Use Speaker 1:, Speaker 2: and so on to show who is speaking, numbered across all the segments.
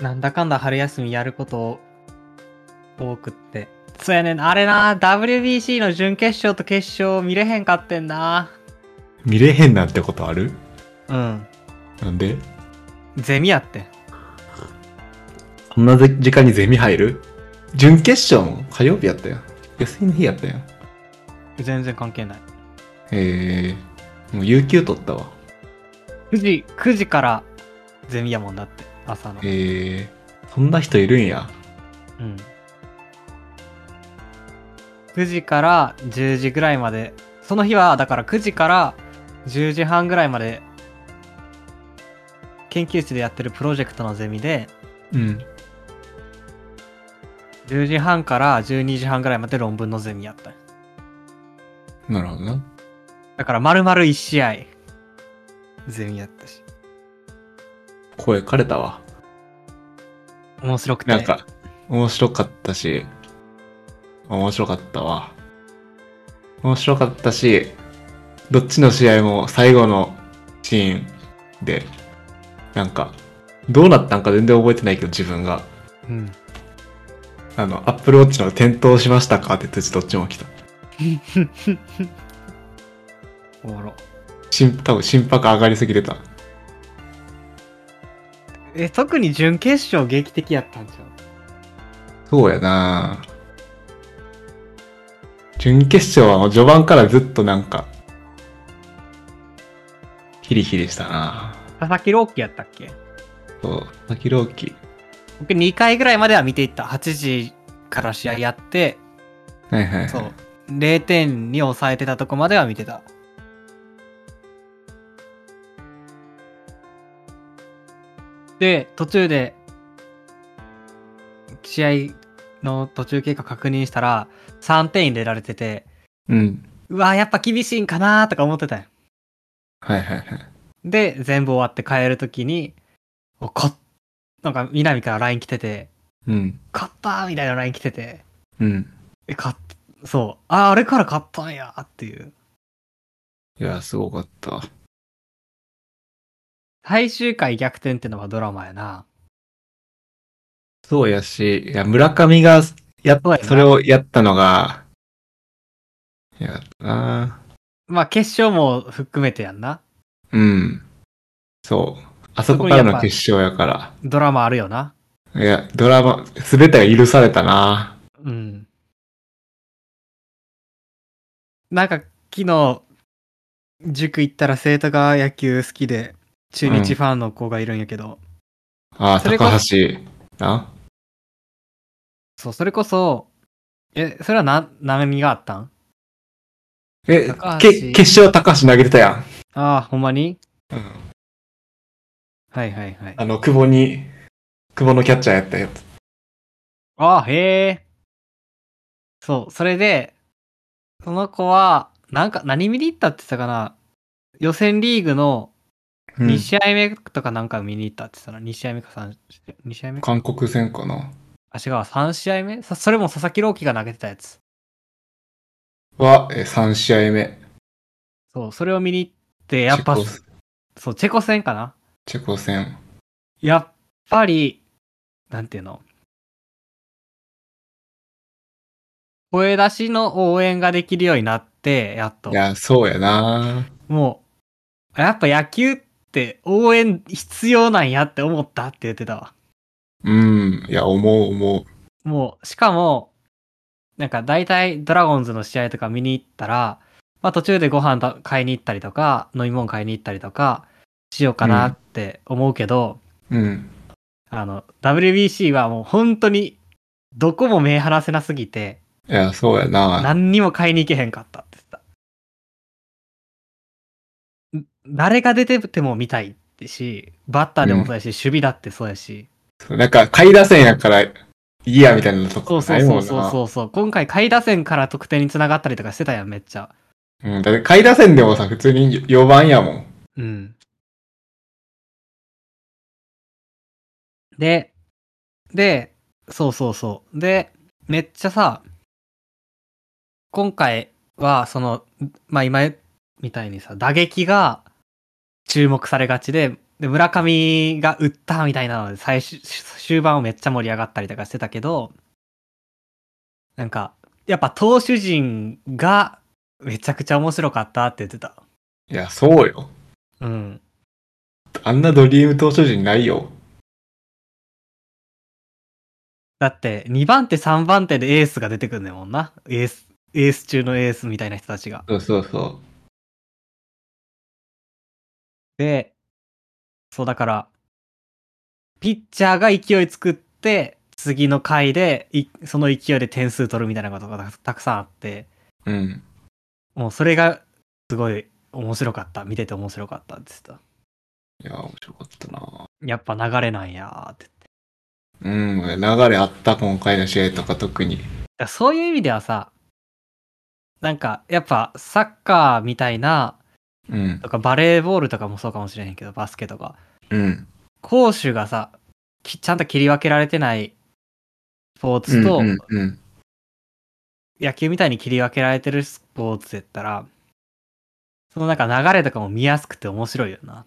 Speaker 1: なんだかんだ春休みやること多くって。そうやねんな、あれな、WBC の準決勝と決勝見れへんかってんな。
Speaker 2: 見れへんなんてことある
Speaker 1: うん。
Speaker 2: なんで
Speaker 1: ゼミやってん。
Speaker 2: そんなぜ時間にゼミ入る準決勝も火曜日やったよ。休みの日やったよ。
Speaker 1: 全然関係ない。
Speaker 2: えー、もう有給取ったわ。
Speaker 1: 9時、9時からゼミやもんだって、朝の。
Speaker 2: えー、そんな人いるんや。
Speaker 1: うん。9時から10時ぐらいまで、その日はだから9時から10時半ぐらいまで、研究室でやってるプロジェクトのゼミで、
Speaker 2: うん。
Speaker 1: 10時半から12時半ぐらいまで論文のゼミやった。
Speaker 2: なるほどな。
Speaker 1: だから丸々1試合、ゼミやったし。
Speaker 2: 声枯れたわ。
Speaker 1: 面白くて。
Speaker 2: なんか、面白かったし、面白かったわ。面白かったし、どっちの試合も最後のシーンで、なんか、どうなったんか全然覚えてないけど自分が、
Speaker 1: うん。
Speaker 2: あの、アップルウォッチの点灯しましたかって通知どっちも来た。
Speaker 1: おもろ。
Speaker 2: 心多分心拍上がりすぎてた。
Speaker 1: え、特に準決勝劇的やったんちゃう
Speaker 2: そうやな準決勝はもう序盤からずっとなんか、ヒリヒリしたな
Speaker 1: 佐々木朗希やったっけ
Speaker 2: そう、佐々木朗希。
Speaker 1: 僕2回ぐらいまでは見ていった。8時から試合やって、
Speaker 2: はいはいはい。
Speaker 1: そう。0点に抑えてたとこまでは見てた。で、途中で、試合の途中経過確認したら、3点入れられてて、
Speaker 2: うん。
Speaker 1: うわ、やっぱ厳しいんかなーとか思ってたよ。
Speaker 2: はいはいはい。
Speaker 1: で、全部終わって帰るときに、おこっ、なんか、南から LINE 来てて、
Speaker 2: うん。
Speaker 1: 勝ったーみたいな LINE 来てて、
Speaker 2: うん。
Speaker 1: え、勝っ、そう。あ、あれから勝ったんや、っていう。
Speaker 2: いや、すごかった。
Speaker 1: 最終回逆転ってのはドラマやな。
Speaker 2: そうやし、いや、村上が、やっ
Speaker 1: そうやな
Speaker 2: それをやったのが、いや、な
Speaker 1: まあ、決勝も含めてやんな。
Speaker 2: うん。そう。あそこからの決勝やから。
Speaker 1: ドラマあるよな。
Speaker 2: いや、ドラマ、すべてが許されたな
Speaker 1: うん。なんか、昨日、塾行ったら生徒が野球好きで、中日ファンの子がいるんやけど、
Speaker 2: ああ、
Speaker 1: それこ
Speaker 2: 高橋。な
Speaker 1: そう、それこそ、え、それはな、何があったん
Speaker 2: え
Speaker 1: 高、橋
Speaker 2: け、決勝高橋投げてたやん。
Speaker 1: ああ、ほんまにはいはいはい。
Speaker 2: あの、久保に、久保のキャッチャーやったやつ。
Speaker 1: あ、へえ。そう、それで、その子は、なんか、何見に行ったって言ってたかな予選リーグの
Speaker 2: うん
Speaker 1: 2試合目とかなんか見に行ったって言ってたな。2試合目か3、2試合目か。
Speaker 2: 韓国戦かな
Speaker 1: あ、違うわ、3試合目さそれも佐々木朗希が投げてたやつ。
Speaker 2: は、え3試合目。
Speaker 1: そう、それを見に行って、やっぱ、
Speaker 2: チェコ
Speaker 1: そう、チェコ戦かな
Speaker 2: チェコ戦。
Speaker 1: やっぱり、なんていうの声出しの応援ができるようになって、やっと。
Speaker 2: いや、そうやな
Speaker 1: もう、やっぱ野球って応援必要なんやって思ったって言ってたわ。
Speaker 2: うん。いや、思う思
Speaker 1: もう、しかも、なんか大体ドラゴンズの試合とか見に行ったら、まあ途中でご飯た買いに行ったりとか、飲み物買いに行ったりとか、しようかなって思うけど、
Speaker 2: う。うん。
Speaker 1: あの、WBC はもう本当に、どこも目離せなすぎて、
Speaker 2: いや、そうやな
Speaker 1: 何にも買いに行けへんかったって言ってた。ん誰が出てても見たいってし、バッターでもそうやし、守備だってそうやし。
Speaker 2: なんか、下位打線やから、いいや、みたいなと
Speaker 1: そ
Speaker 2: こ
Speaker 1: うそ
Speaker 2: な
Speaker 1: う
Speaker 2: い
Speaker 1: そ
Speaker 2: も
Speaker 1: うんそう
Speaker 2: な。
Speaker 1: そうそう。今回、下位打線から得点につながったりとかしてたやん、めっちゃ。
Speaker 2: うん。だって、下位打線でもさ、普通に4番やもん。
Speaker 1: うん。で、で、そうそうそう。で、めっちゃさ、今回は、その、まあ今みたいにさ、打撃が注目されがちで、で、村上が打ったみたいなので、最終、終盤をめっちゃ盛り上がったりとかしてたけど、なんか、やっぱ投手陣がめちゃくちゃ面白かったって言ってた。
Speaker 2: いや、そうよ。
Speaker 1: うん。
Speaker 2: あんなドリーム投手陣ないよ。
Speaker 1: だって、2番手、3番手でエースが出てくるんだもんな。エース、エース中のエースみたいな人たちが。
Speaker 2: そうそうそ
Speaker 1: で、そうだから、ピッチャーが勢い作って、次の回でい、その勢いで点数取るみたいなことがたたくさんあって、
Speaker 2: う。うん。
Speaker 1: もうそれがすごい面白かった。見てて面白かったって言って
Speaker 2: いや、面白かったな
Speaker 1: た。やっぱ流れなんやーって。
Speaker 2: うん、流れあった、今回の試合とか特に。
Speaker 1: だからそういう意味ではさ、なんかやっぱサッカーみたいな、
Speaker 2: うん。
Speaker 1: とかバレーボールとかもそうかもしれへんけど、バスケとか。
Speaker 2: うん。
Speaker 1: 攻守がさ、きちゃんと切り分けられてないスポーツと、
Speaker 2: うんうんうん。
Speaker 1: 野球みたいに切り分けられてるスポーツやったら、そのなんか流れとかも見やすくて面白いよな。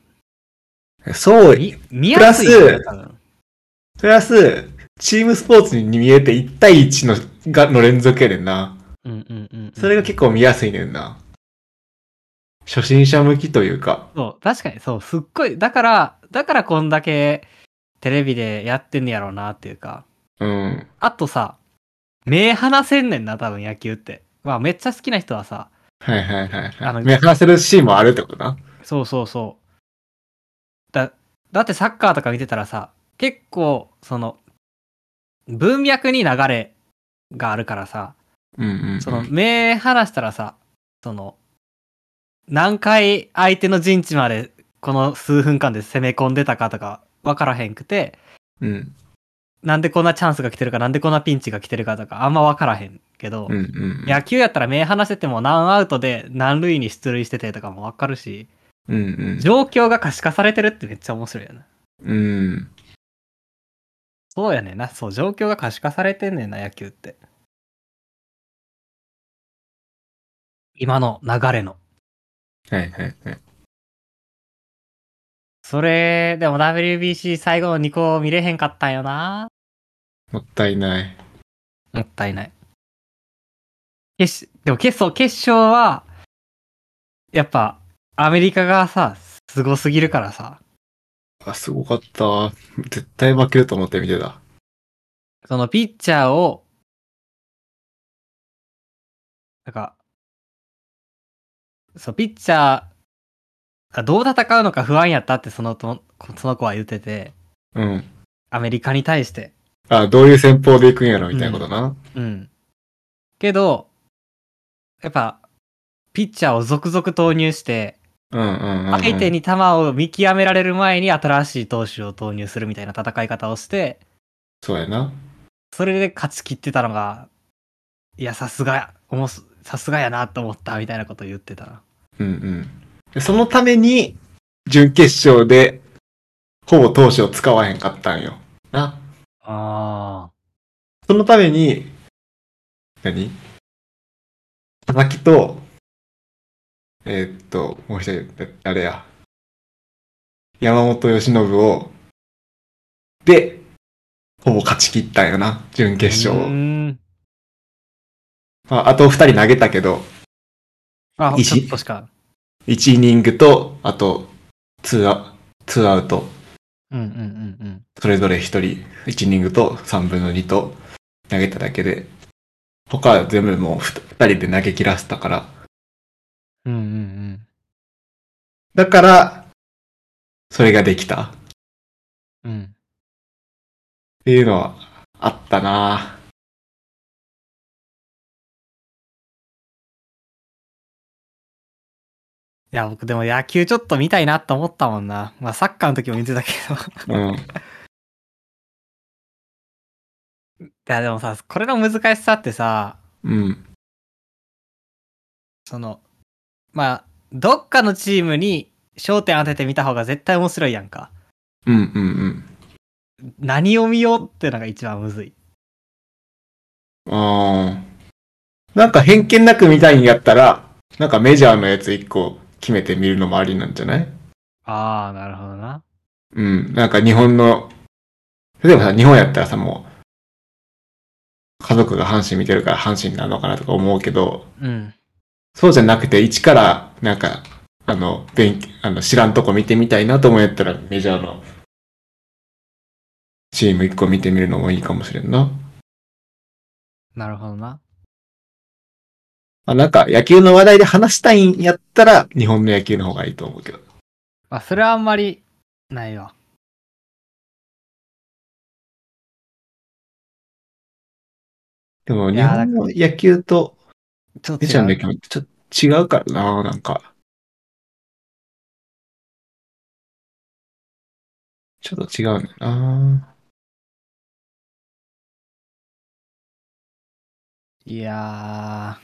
Speaker 2: そう
Speaker 1: み見やすいよね、
Speaker 2: プラス
Speaker 1: 多分。
Speaker 2: プラス、チームスポーツに見えて1対1のがの連続やねんな。
Speaker 1: うんうんうんうん。
Speaker 2: それが結構見やすいねんな。初心者向きというか。
Speaker 1: そう、確かにそう、すっごい、だから、だからこんだけテレビでやってんねやろうなっていうか。
Speaker 2: うん。
Speaker 1: あとさ、目離せんねんな、多分野球って。まあめっちゃ好きな人はさ、
Speaker 2: はいはいはい、
Speaker 1: あ
Speaker 2: は
Speaker 1: の
Speaker 2: い。目離せるシーンもあるってことな。
Speaker 1: そうそうそう。だ、だってサッカーとか見てたらさ、結構、その、文脈に流れがあるからさ、
Speaker 2: うんうん、うん。
Speaker 1: その目離したらさ、その、何回相手の陣地までこの数分間で攻め込んでたかとか分からへんくて、
Speaker 2: うん。
Speaker 1: なんでこんなチャンスが来てるか、なんでこんなピンチが来てるかとかあんま分からへんけど、
Speaker 2: うんうん。
Speaker 1: 野球やったら目離せても何アウトで何塁に出塁しててとかも分かるし、
Speaker 2: うんうん。
Speaker 1: 状況が可視化されてるってめっちゃ面白いよね。
Speaker 2: うん。
Speaker 1: そうやねんな。そう、状況が可視化されてんねんな、野球って。今の流れの。
Speaker 2: はいはいはい。
Speaker 1: それ、でも WBC 最後の2個見れへんかったんよな。
Speaker 2: もったいない。
Speaker 1: もったいない。決し、でも決勝、決勝は、やっぱ、アメリカがさ、すごすぎるからさ、
Speaker 2: あ、すごかった。絶対負けると思って見てた。
Speaker 1: そのピッチャーを、なんか、そう、ピッチャーあ、どう戦うのか不安やったってそのと、その子は言ってて、
Speaker 2: うん。
Speaker 1: アメリカに対して。
Speaker 2: あ、どういう戦法で行くんやろみたいなことな。
Speaker 1: うん。けど、やっぱ、ピッチャーを続々投入して、
Speaker 2: うん、うん、うんうんうん
Speaker 1: 相手に球を見極められる前に新しい投手を投入するみたいな戦い方をして、
Speaker 2: そうやな。
Speaker 1: それで勝ち切ってたのが、いや、さすが、おもすさすがやなと思ったみたいなこと言ってたな。
Speaker 2: うんうんで。そのために、準決勝で、ほぼ投手を使わへんかったんよ。な。
Speaker 1: あ
Speaker 2: そのために、何佐々木と、えーっと、もう一人、あれや。山本由伸を、で、ほぼ勝ち切ったんよな、準
Speaker 1: あ
Speaker 2: 決勝を。
Speaker 1: 勝。
Speaker 2: まあ、あと二人投げたけど、
Speaker 1: あ、
Speaker 2: 石
Speaker 1: ちょっとしか。
Speaker 2: 1イニングと、あと、2ア2アウト、
Speaker 1: うんうんうんうん。
Speaker 2: それぞれ1人、1イニングと3分の2と投げただけで、他は全部もう2人で投げ切らせたから。
Speaker 1: うんうんうん。
Speaker 2: だから、それができたっ
Speaker 1: うん。
Speaker 2: ていうのはあったなぁ
Speaker 1: いや、僕でも野球ちょっと見たいなと思ったもんな。まあ、サッカーの時も見てたけど。い
Speaker 2: うん。
Speaker 1: や、でもさ、これの難しさってさ、
Speaker 2: うん。
Speaker 1: その、まあ、どっかのチームに焦点当ててみた方が絶対面白いやんか。
Speaker 2: うんうんうん。
Speaker 1: 何を見ようってのが一番むずい。
Speaker 2: あーなんか偏見なく見たいんやったら、なんかメジャーのやつ1個決めてみるのもありなんじゃない
Speaker 1: ああ、なるほどな。
Speaker 2: うん、なんか日本の、例えばさ、日本やったらさ、もう、家族が阪神見てるから阪神なのかなとか思うけど、
Speaker 1: うん。
Speaker 2: そうじゃなくて、一から、なんか、あの、勉強、あの、知らんとこ見てみたいなと思うんやったら、メジャーの、チーム一個見てみるのもいいかもしれんな。
Speaker 1: なるほどな。
Speaker 2: まあ、なんか、野球の話題で話したいんやったら、日本の野球の方がいいと思うけど。
Speaker 1: まあ、それはあんまりないわ。
Speaker 2: でも、
Speaker 1: い
Speaker 2: 日
Speaker 1: やー
Speaker 2: 本の野球と、
Speaker 1: ちょっと
Speaker 2: メ
Speaker 1: 違
Speaker 2: ジャーの野
Speaker 1: う。
Speaker 2: 球ってちょっと違うからな、なんか。ちょっと違うんだよな。
Speaker 1: いや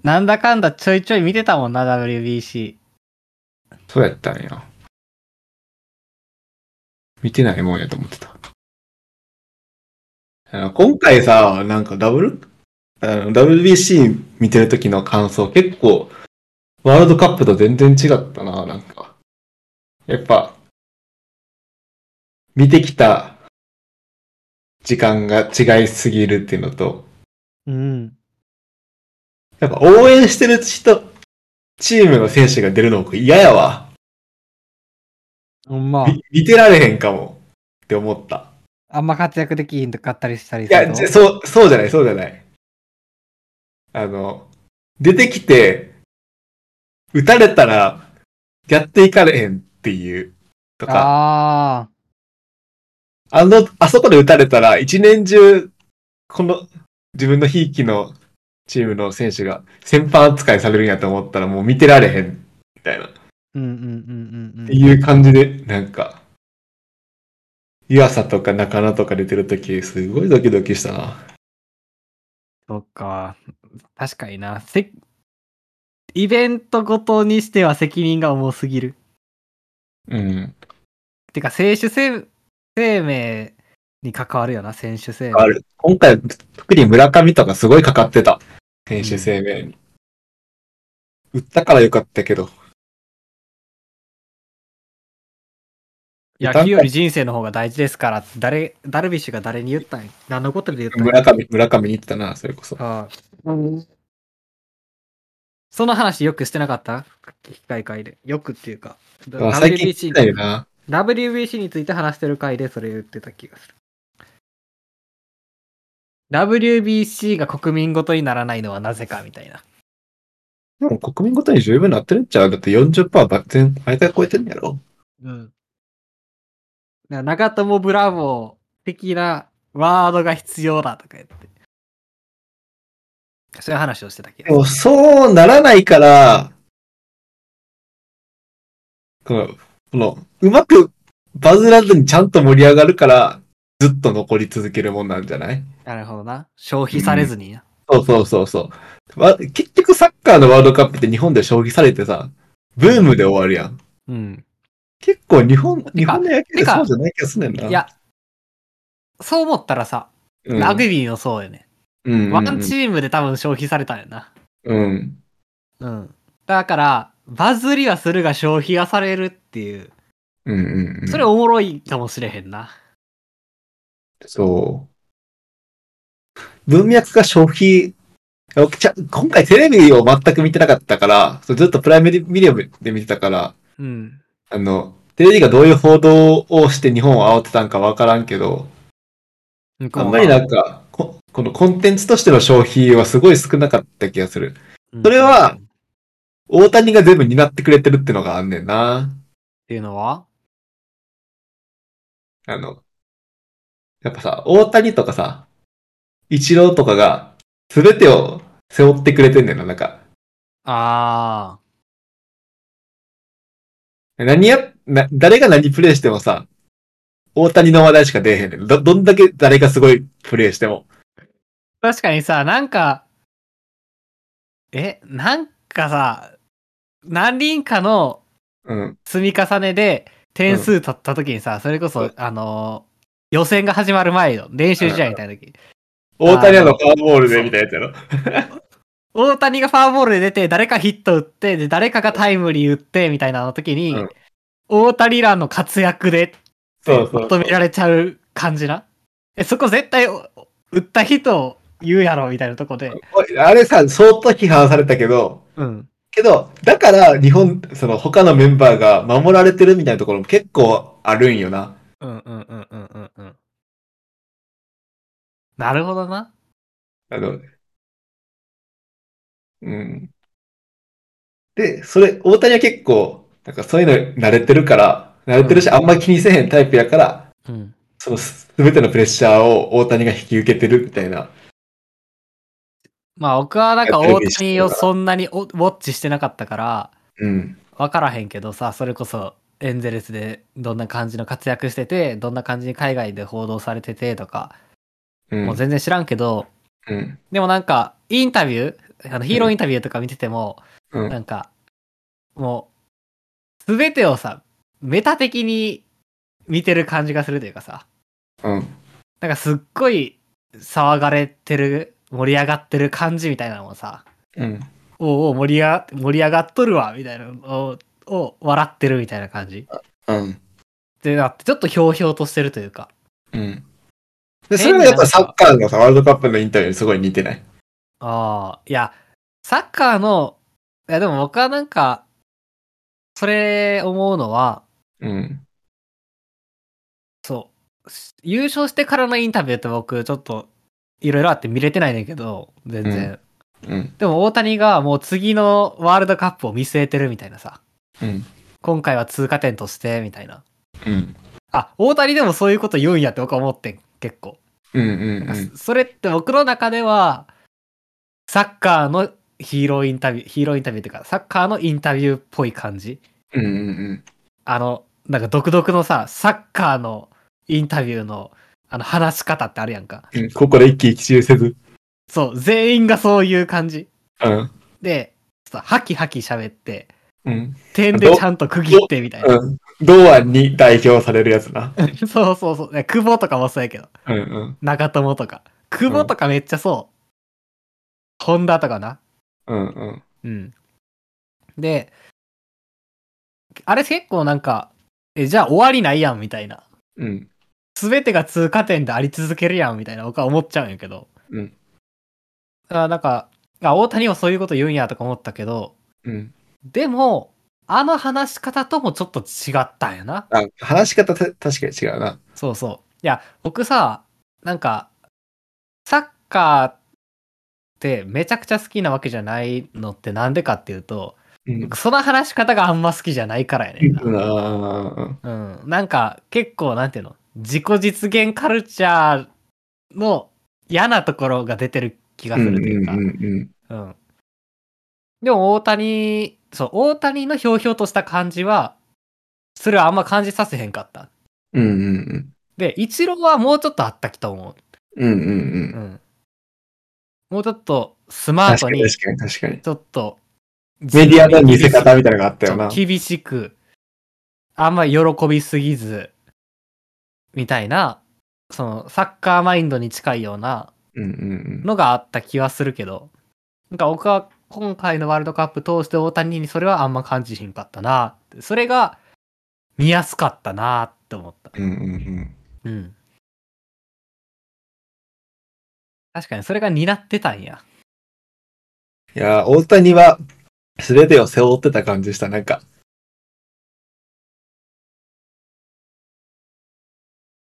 Speaker 1: ー。なんだかんだちょいちょい見てたもんな、WBC。
Speaker 2: そうやったんや。見てないもんやと思ってた。あの今回さ、なんかダブルあの ?WBC 見てる時の感想結構ワールドカップと全然違ったな、なんか。やっぱ、見てきた時間が違いすぎるっていうのと、
Speaker 1: うん。
Speaker 2: やっぱ応援してる人、チームの選手が出るの僕嫌やわ。
Speaker 1: ほんま。
Speaker 2: み見てられへんかもって思った。
Speaker 1: あんま活躍できひんとかったりしたり
Speaker 2: いや、じゃそう、そうじゃない、そうじゃない。あの、出てきて、打たれたら、やっていかれへんっていう、とか、
Speaker 1: あ
Speaker 2: あの、あそこで打たれたら、一年中、この、自分のひいきのチームの選手が、先輩扱いされるんやと思ったら、もう見てられへん、みたいな。
Speaker 1: ー。うんうんうんうん
Speaker 2: っ
Speaker 1: う
Speaker 2: て
Speaker 1: ん。
Speaker 2: いう感じで、なんか、湯浅とか中野とか出てるとき、すごいドキドキしたな。
Speaker 1: そっか。確かにな。せイベントごとにしては責任が重すぎる。
Speaker 2: うん。
Speaker 1: てか、選手生生命に関わるよな、選手生命。
Speaker 2: ある。今回、特に村上とかすごいかかってた。選手生命に。打ったからよかったけど。
Speaker 1: 野球より人生の方が大事ですからって誰、ダルビッシュが誰に言ったんや何のことで言ったんや
Speaker 2: 村上、村上に行ったな、それこそ。
Speaker 1: ああその話よくしてなかった機械会で。よくっていうか。
Speaker 2: あ最近行ったよ
Speaker 1: WBC,
Speaker 2: な。
Speaker 1: WBC について話してる回でそれ言ってた気がする。WBC が国民ごとにならないのはなぜかみたいな。
Speaker 2: でも国民ごとに十分なってるんちゃうだって40%ば全、毎回超えてんやろ
Speaker 1: うん。長友ブラボー的なワードが必要だとか言って。そういう話をしてた気が
Speaker 2: です
Speaker 1: る
Speaker 2: もそうならないから、この、この、うまくバズらずにちゃんと盛り上がるから、ずっと残り続けるもんなんじゃない
Speaker 1: なるほどな。消費されずにな。
Speaker 2: そうそうそうそう。わ結局サッカーのワールドカップって日本で消費されてさ、ブームで終わるやん。
Speaker 1: うん。
Speaker 2: 結構日本、日本の野球
Speaker 1: て
Speaker 2: で
Speaker 1: か
Speaker 2: そうじゃない気がすんねんな。
Speaker 1: いや、そう思ったらさ、
Speaker 2: うん、
Speaker 1: ラグビーもそうよね。
Speaker 2: うんうんうん
Speaker 1: ワンチームで多分消費されたんやな。
Speaker 2: うん。
Speaker 1: うん。だから、バズりはするが消費がされるっていう、
Speaker 2: うんうんうん。
Speaker 1: それおもろいかもしれへんな。
Speaker 2: そう。文脈が消費。僕ちゃ今回テレビを全く見てなかったから、そうずっとプライムビデオで見てたから、
Speaker 1: うん。
Speaker 2: あの、テレビがどういう報道をして日本を煽ってたんかわからんけど、
Speaker 1: 向こ
Speaker 2: あ
Speaker 1: うんは
Speaker 2: まりなんか、ここのコンテンツとしての消費はすごい少なかった気がする。
Speaker 1: うん
Speaker 2: それは
Speaker 1: っ
Speaker 2: 大谷が全部担ってくれてるってのがあんねんな。
Speaker 1: ていうのは
Speaker 2: あの、やっぱさ、大谷とかさ、一郎とかが全てを背負ってくれてんねんな、なんか。
Speaker 1: あ
Speaker 2: 何や、な、誰が何プレイしてもさ、大谷の話題しか出えへんねん。ど、どんだけ誰がすごいプレイしても。
Speaker 1: ー。確かにさ、なんか、え、なんかさ、何人かの
Speaker 2: うん。
Speaker 1: 積み重ねで点数取った時にさ、それこ
Speaker 2: う
Speaker 1: そ
Speaker 2: ん、
Speaker 1: あのー予選が始まる前の練習試合みたいな時、
Speaker 2: 大谷はのファーボールでみたいなやつやろ。
Speaker 1: 大谷がファーボールで出て、誰かヒット打って、で、誰かがタイムリー打って、みたいなの時に、
Speaker 2: うん
Speaker 1: 大谷らの活躍で
Speaker 2: そうそう
Speaker 1: 求められちゃう感じな。え、そこ絶対、お売った人を言うやろ、みたいなとこで。
Speaker 2: あれさ、相当批判されたけど、
Speaker 1: うん。
Speaker 2: けど、だから日本、その他のメンバーが守られてるみたいなところも結構あるんよな。
Speaker 1: うんうんうんうんうんうん。なるほどな。
Speaker 2: あの、うん。で、それ、大谷は結構、なんかそういうの慣れてるから、慣れてるし、
Speaker 1: うん
Speaker 2: あんま気にせえへんタイプやから、
Speaker 1: うん。
Speaker 2: そのす全てのプレッシャーを大谷が引き受けてるみたいな。
Speaker 1: まあ僕はなんか
Speaker 2: いやテレ
Speaker 1: 大
Speaker 2: ビ知ってる
Speaker 1: 谷
Speaker 2: から
Speaker 1: をそんなに おウォッチしてなかったから、
Speaker 2: うん。
Speaker 1: わからへんけどさ、それこそエンゼルスでどんな感じの活躍してて、どんな感じに海外で報道されててとか、
Speaker 2: うん。
Speaker 1: もう全然知らんけど、
Speaker 2: うん。
Speaker 1: でもなんか、インタビュー、あのヒーローインタビューとか見てても、
Speaker 2: うん
Speaker 1: なんか、もう、すべてをさ、メタ的に見てる感じがするというかさ、
Speaker 2: うん。
Speaker 1: なんかすっごい騒がれてる、盛り上がってる感じみたいなのもさ、
Speaker 2: うん。
Speaker 1: おうおう盛りあ盛り上がっとるわ、みたいなのを、を笑ってるみたいな感じ。っ
Speaker 2: うん。
Speaker 1: てなって、ちょっとひょうひょうとしてるというか。
Speaker 2: うん。で、それはやっぱサッカーのさ、ワールドカップのインタビューにすごい似てない。
Speaker 1: ああ、いや、サッカーの、いやでも僕はなんか、それ思うのは、
Speaker 2: うん。
Speaker 1: そう。優勝してからのインタビューって僕、ちょっと、いろいろあって見れてないねんけど、全然。
Speaker 2: うん。
Speaker 1: でも大谷がもう次のワールドカップを見据えてるみたいなさ。
Speaker 2: うん。
Speaker 1: 今回は通過点として、みたいな。
Speaker 2: うん。
Speaker 1: あ、大谷でもそういうこと言うんやって僕は思ってん、結構。
Speaker 2: うん。
Speaker 1: なん
Speaker 2: う
Speaker 1: か
Speaker 2: ん。
Speaker 1: それって僕の中では、サッカーのヒーローインタビュー、ヒーローインタビューっていうか、サッカーのインタビューっぽい感じ。
Speaker 2: うん。うん。
Speaker 1: あの、なんか独特のさ、サッカーのインタビューの、あの、話し方ってあるやんか。
Speaker 2: うん。ここで一喜一憂せず。
Speaker 1: そう、全員がそういう感じ。
Speaker 2: うん。
Speaker 1: で、さ、ハキハキ喋って、
Speaker 2: うん。
Speaker 1: 点でちゃんと区切ってみたいな。
Speaker 2: うん。堂安に代表されるやつな。
Speaker 1: そうそうそう。ね久保とかもそうやけど。
Speaker 2: うん。うん。
Speaker 1: 長友とか。久保とかめっちゃそう。ホンダとかな。
Speaker 2: うん。うん。
Speaker 1: うん。で、あれ結構なんか、え、じゃあ終わりないやんみたいな。
Speaker 2: うん。
Speaker 1: すべてが通過点であり続けるやんみたいな僕は思っちゃうんやけど。
Speaker 2: うん。
Speaker 1: あなんか、あ、大谷はそういうこと言うんやとか思ったけど、
Speaker 2: うん。
Speaker 1: でも、あの話し方ともちょっと違ったんやな。
Speaker 2: あ、話し方た確かに違うな。
Speaker 1: そうそう。いや、僕さ、なんか、サッカーってめちゃくちゃ好きなわけじゃないのってなんでかっていうと、
Speaker 2: うん。
Speaker 1: その話し方があんま好きじゃないからやねんな。
Speaker 2: あ
Speaker 1: うん。なんか、結構、なんていうの自己実現カルチャーの嫌なところが出てる気が
Speaker 2: あ。
Speaker 1: するというか。
Speaker 2: う
Speaker 1: うんん
Speaker 2: うん
Speaker 1: でも、大谷、そう、大谷のひょうひょうとした感じは、それはあんま感じさせへんかった。
Speaker 2: うん。うんうん
Speaker 1: で、一郎はもうちょっとあったきと思う。
Speaker 2: うん。うんう
Speaker 1: うんん。もうちょっとスマー
Speaker 2: 確
Speaker 1: ト
Speaker 2: か
Speaker 1: に
Speaker 2: に、確かに確かに。
Speaker 1: ちょっと、
Speaker 2: メディアの見せ方みたいなのがあったよな。
Speaker 1: 厳しく、あんまり喜びすぎず、みたいな、その、サッカーマインドに近いような
Speaker 2: うんうん
Speaker 1: のがあった気はするけど、なんか僕は今回のワールドカップ通して大谷にそれはあんま感じひんかったなって、それが見やすかったなって思った。
Speaker 2: うん。うんうんうん。
Speaker 1: うん。確かにそれが担ってたんや。
Speaker 2: いやー、大谷は全てを背負ってた感じした、なんか。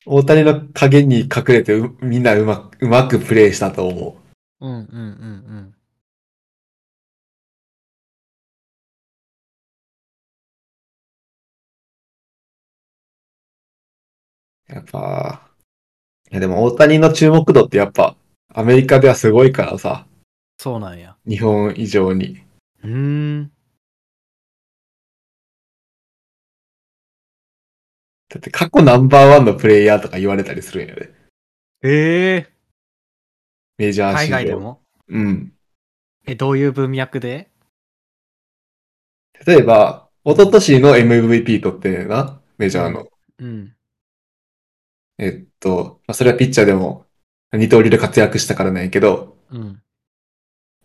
Speaker 2: 大谷の影に隠れてうみんなうまく、うまくプレイしたと思
Speaker 1: うんうんうんうん。
Speaker 2: う。やっぱ、いやでも大谷の注目度ってやっぱアメリカではすごいからさ、
Speaker 1: そうなんや。
Speaker 2: 日本以上に。
Speaker 1: うーん。
Speaker 2: だって過去ナンバーワンのプレイヤーとか言われたりするんやで。
Speaker 1: ええ
Speaker 2: メジャー
Speaker 1: 海
Speaker 2: 史上
Speaker 1: 外でも
Speaker 2: うん。
Speaker 1: え、どういう文脈で
Speaker 2: 例えば、一昨年の MVP 取ってんねんな、メジャーの。
Speaker 1: うん。
Speaker 2: えっと、まあ、それはピッチャーでも二刀流で活躍したからなんやけど、
Speaker 1: うん。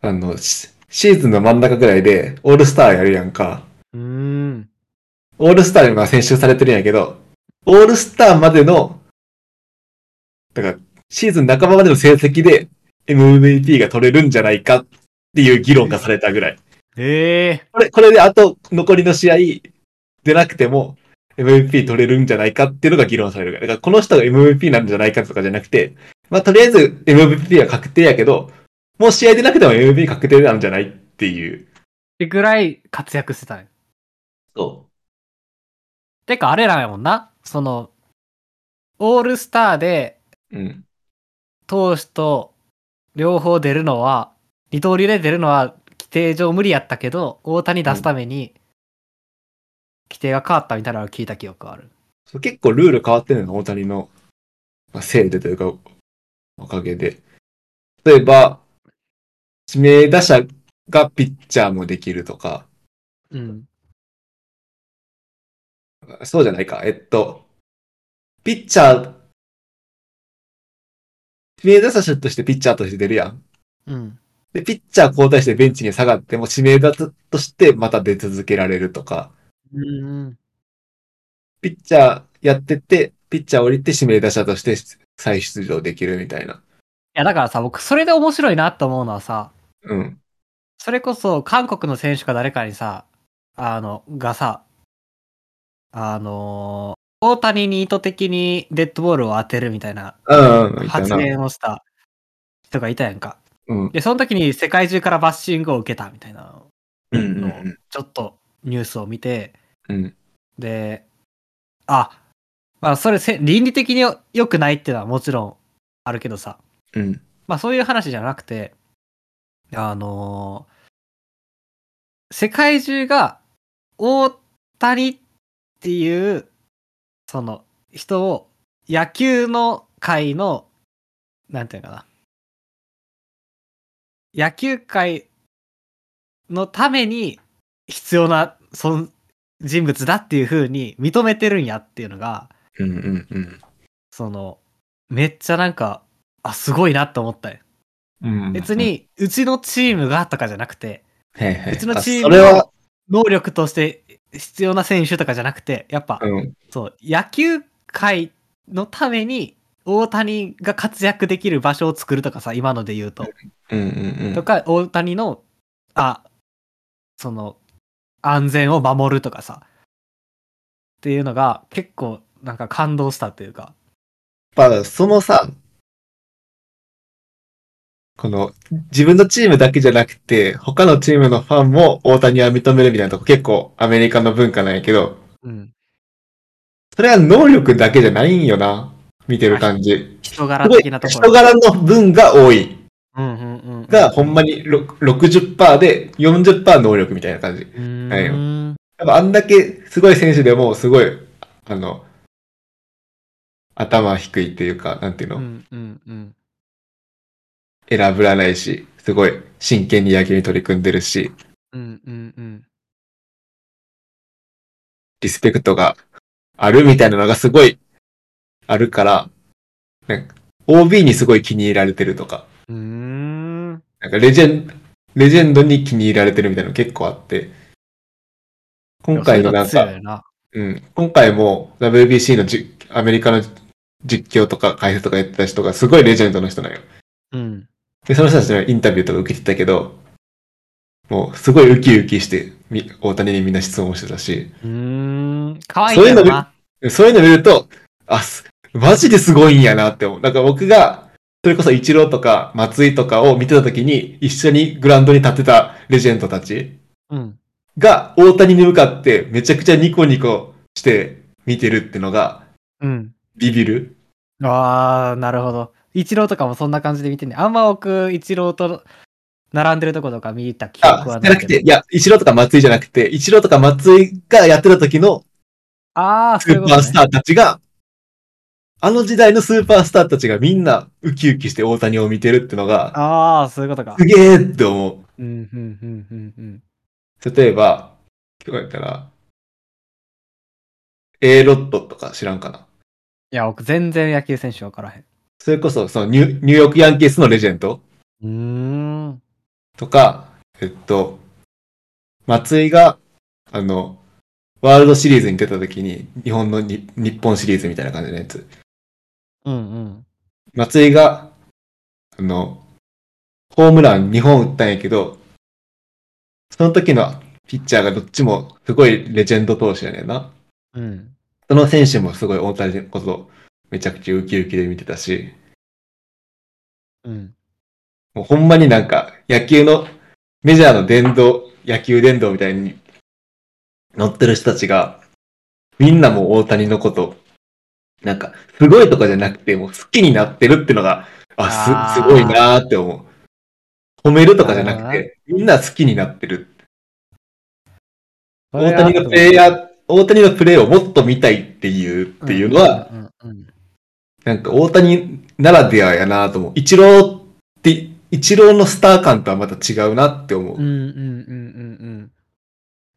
Speaker 2: あの、シシーズンの真ん中ぐらいでオールスターやるやんか。
Speaker 1: うーん。
Speaker 2: オールスターが選出されてるんやけど、オールスターまでの、だから、シーズン半ばまでの成績で MVP が取れるんじゃないかっていう議論がされたぐらい。
Speaker 1: ええ
Speaker 2: これ、これであと残りの試合出なくても MVP 取れるんじゃないかっていうのが議論されるから。だからこの人が MVP なんじゃないかとかじゃなくて、まあとりあえず MVP は確定やけど、もう試合出なくても MVP 確定なんじゃないっていう。
Speaker 1: ってぐらい活躍してたね。
Speaker 2: そ
Speaker 1: てか、あれらやもんな。その、オールスターで
Speaker 2: う。うん。
Speaker 1: 投手と両方出るのは、二刀流で出るのは規定上無理やったけど、大谷出すために、規定が変わったみたいなのを聞いた記憶がある。
Speaker 2: そう結構ルール変わってるのよ、大谷の、まあ、せいでというか、おかげで。例えば、指名打者がピッチャーもできるとか、
Speaker 1: うん。
Speaker 2: そうじゃないか。えっと、ピッチャー、指名打者としてピッチャーとして出るやん。
Speaker 1: うん。
Speaker 2: で、ピッチャー交代してベンチに下がっても指名打者としてまた出続けられるとか、
Speaker 1: うん。
Speaker 2: ピッチャーやってて、ピッチャー降りて指名打者として再出場できるみたいな。
Speaker 1: いや、だからさ、僕、それで面白いなと思うのはさ、
Speaker 2: うん。
Speaker 1: それこそ、韓国の選手か誰かにさ、あの、がさ、あのー大谷に意図的にデッドボールを当てるみたいな
Speaker 2: うん、うん、みたい
Speaker 1: 発
Speaker 2: な。
Speaker 1: 言をした人がいたやんか。
Speaker 2: うん。
Speaker 1: で、その時に世界中からバッシングを受けたみたいなのを
Speaker 2: うん
Speaker 1: ちょっとニュースを見て、
Speaker 2: うん
Speaker 1: で、あ、まあ、それせ、倫理的によ良くないっていうのはもちろんあるけどさ、
Speaker 2: うん
Speaker 1: まあそういう話じゃなくて、あのー世界中が大谷っていう、その人を野球の界の、なんていうのかな。野球界のために必要な存人物だっていう風に認めてるんやっていうのが、
Speaker 2: うんうんうん
Speaker 1: その、めっちゃなんか、あ、すごいなって思ったよ。
Speaker 2: うん
Speaker 1: 別、に、うちのチームがとかじゃなくて、
Speaker 2: う
Speaker 1: うちのチーム
Speaker 2: それは、
Speaker 1: 能力として必要な選手とかじゃなくて、やっぱ、
Speaker 2: うん、
Speaker 1: そう、野球界のために、大谷が活躍できる場所を作るとかさ、今ので言うと。
Speaker 2: うんうんう
Speaker 1: と
Speaker 2: ん。
Speaker 1: か、大谷の、あ、その、安全を守るとかさ。っていうのが、結構、なんか感動したというか。
Speaker 2: やっぱ、そのさ、この、自分のチームだけじゃなくて、他のチームのファンも大谷は認めるみたいなとこ結構アメリカの文化なんやけど、
Speaker 1: うん。
Speaker 2: それは能力だけじゃないんよな。見てる感じ。
Speaker 1: 人柄
Speaker 2: すごい
Speaker 1: 的なとこ
Speaker 2: 人
Speaker 1: ろ。
Speaker 2: 柄の分が多い。
Speaker 1: うんうんうんうん。
Speaker 2: が、ほんまに6 60%で40%能力みたいな感じ。
Speaker 1: うーん
Speaker 2: はいやっぱあんだけすごい選手でもすごい、あの、頭低いっていうか、なんていうの、
Speaker 1: うんうんうん。
Speaker 2: 選ぶらないし、すごい真剣に野球に取り組んでるし、
Speaker 1: うんうんうん。
Speaker 2: リスペクトがあるみたいなのがすごいあるから、なんか OB にすごい気に入られてるとか、
Speaker 1: うーん。
Speaker 2: なんかレジェン、レジェンドに気に入られてるみたいなの結構あって、今回のなん
Speaker 1: いやそ
Speaker 2: か
Speaker 1: れが強い、よな
Speaker 2: うん。今回も WBC のじアメリカの実況とか解説とかやってた人がすごいレジェンドの人なんよ。
Speaker 1: うん。
Speaker 2: で、その人たちのインタビューとか受けてたけど、もうすごいウキウキしてみ大谷にみんな質問してたし、
Speaker 1: うーん。可愛いんだ
Speaker 2: そう
Speaker 1: よ
Speaker 2: いうの
Speaker 1: な。
Speaker 2: そういうの見ると、あ、すマジですごいんやなって思う。なんか僕が、それこそイチローとか松井とかを見てた時に一緒にグラウンドに立ってたレジェンドたち
Speaker 1: うん。
Speaker 2: が大谷に向かってめちゃくちゃニコニコして見てるってのが
Speaker 1: うん。
Speaker 2: ビビる。
Speaker 1: あー、なるほど。イチローとかもそんな感じで見てんね。あんま僕、イチローと並んでるとことか見た記
Speaker 2: あ、
Speaker 1: 憶は
Speaker 2: じゃなくて、いや、一郎とか松井じゃなくて、一郎とか松井がやってた時の
Speaker 1: ああ、
Speaker 2: スーパースターたちが、あの時代のスーパースターたちがみんなウキウキして大谷を見てるってのが、
Speaker 1: ああー、そういうことか
Speaker 2: す。げえって思
Speaker 1: うん、うん、うん、うん、うん。
Speaker 2: う。例えば、聞こえたら、A ロットとか知らんかな。
Speaker 1: いや、僕、全然野球選手わからへん。
Speaker 2: それこそ、そのニュニューヨークヤンキースのレジェンド
Speaker 1: うーん。
Speaker 2: とか、えっと、松井が、あの、ワールドシリーズに出た時に、日本のに日本シリーズみたいな感じのやつ。
Speaker 1: うんうん。
Speaker 2: 松井が、あの、ホームラン2本打ったんやけど、その時のピッチャーがどっちもすごいレジェンド投手やねんな。
Speaker 1: うん。
Speaker 2: その選手もすごい大谷のことめちゃくちゃウキウキで見てたし、
Speaker 1: うん。
Speaker 2: もうほんまになんか野球のメジャーの殿堂、野球殿堂みたいに乗ってる人たちが、みんなもう大谷のこと、なんかすごいとかじゃなくてもう好きになってるってのが、あ、す、
Speaker 1: あー
Speaker 2: すごいなーって思う。褒めるとかじゃな
Speaker 1: な
Speaker 2: く
Speaker 1: るほど
Speaker 2: て、みんな好きになってる。
Speaker 1: それ
Speaker 2: 大
Speaker 1: は
Speaker 2: 谷のプレイヤー、大谷のプレーをもっと見たいっていう、っていうのは、、
Speaker 1: うんうんうんうん
Speaker 2: なんか大谷ならではやなと思う。一郎って、一郎のスター感とはまた違うなって思
Speaker 1: う
Speaker 2: う。
Speaker 1: んうんうんうんうん。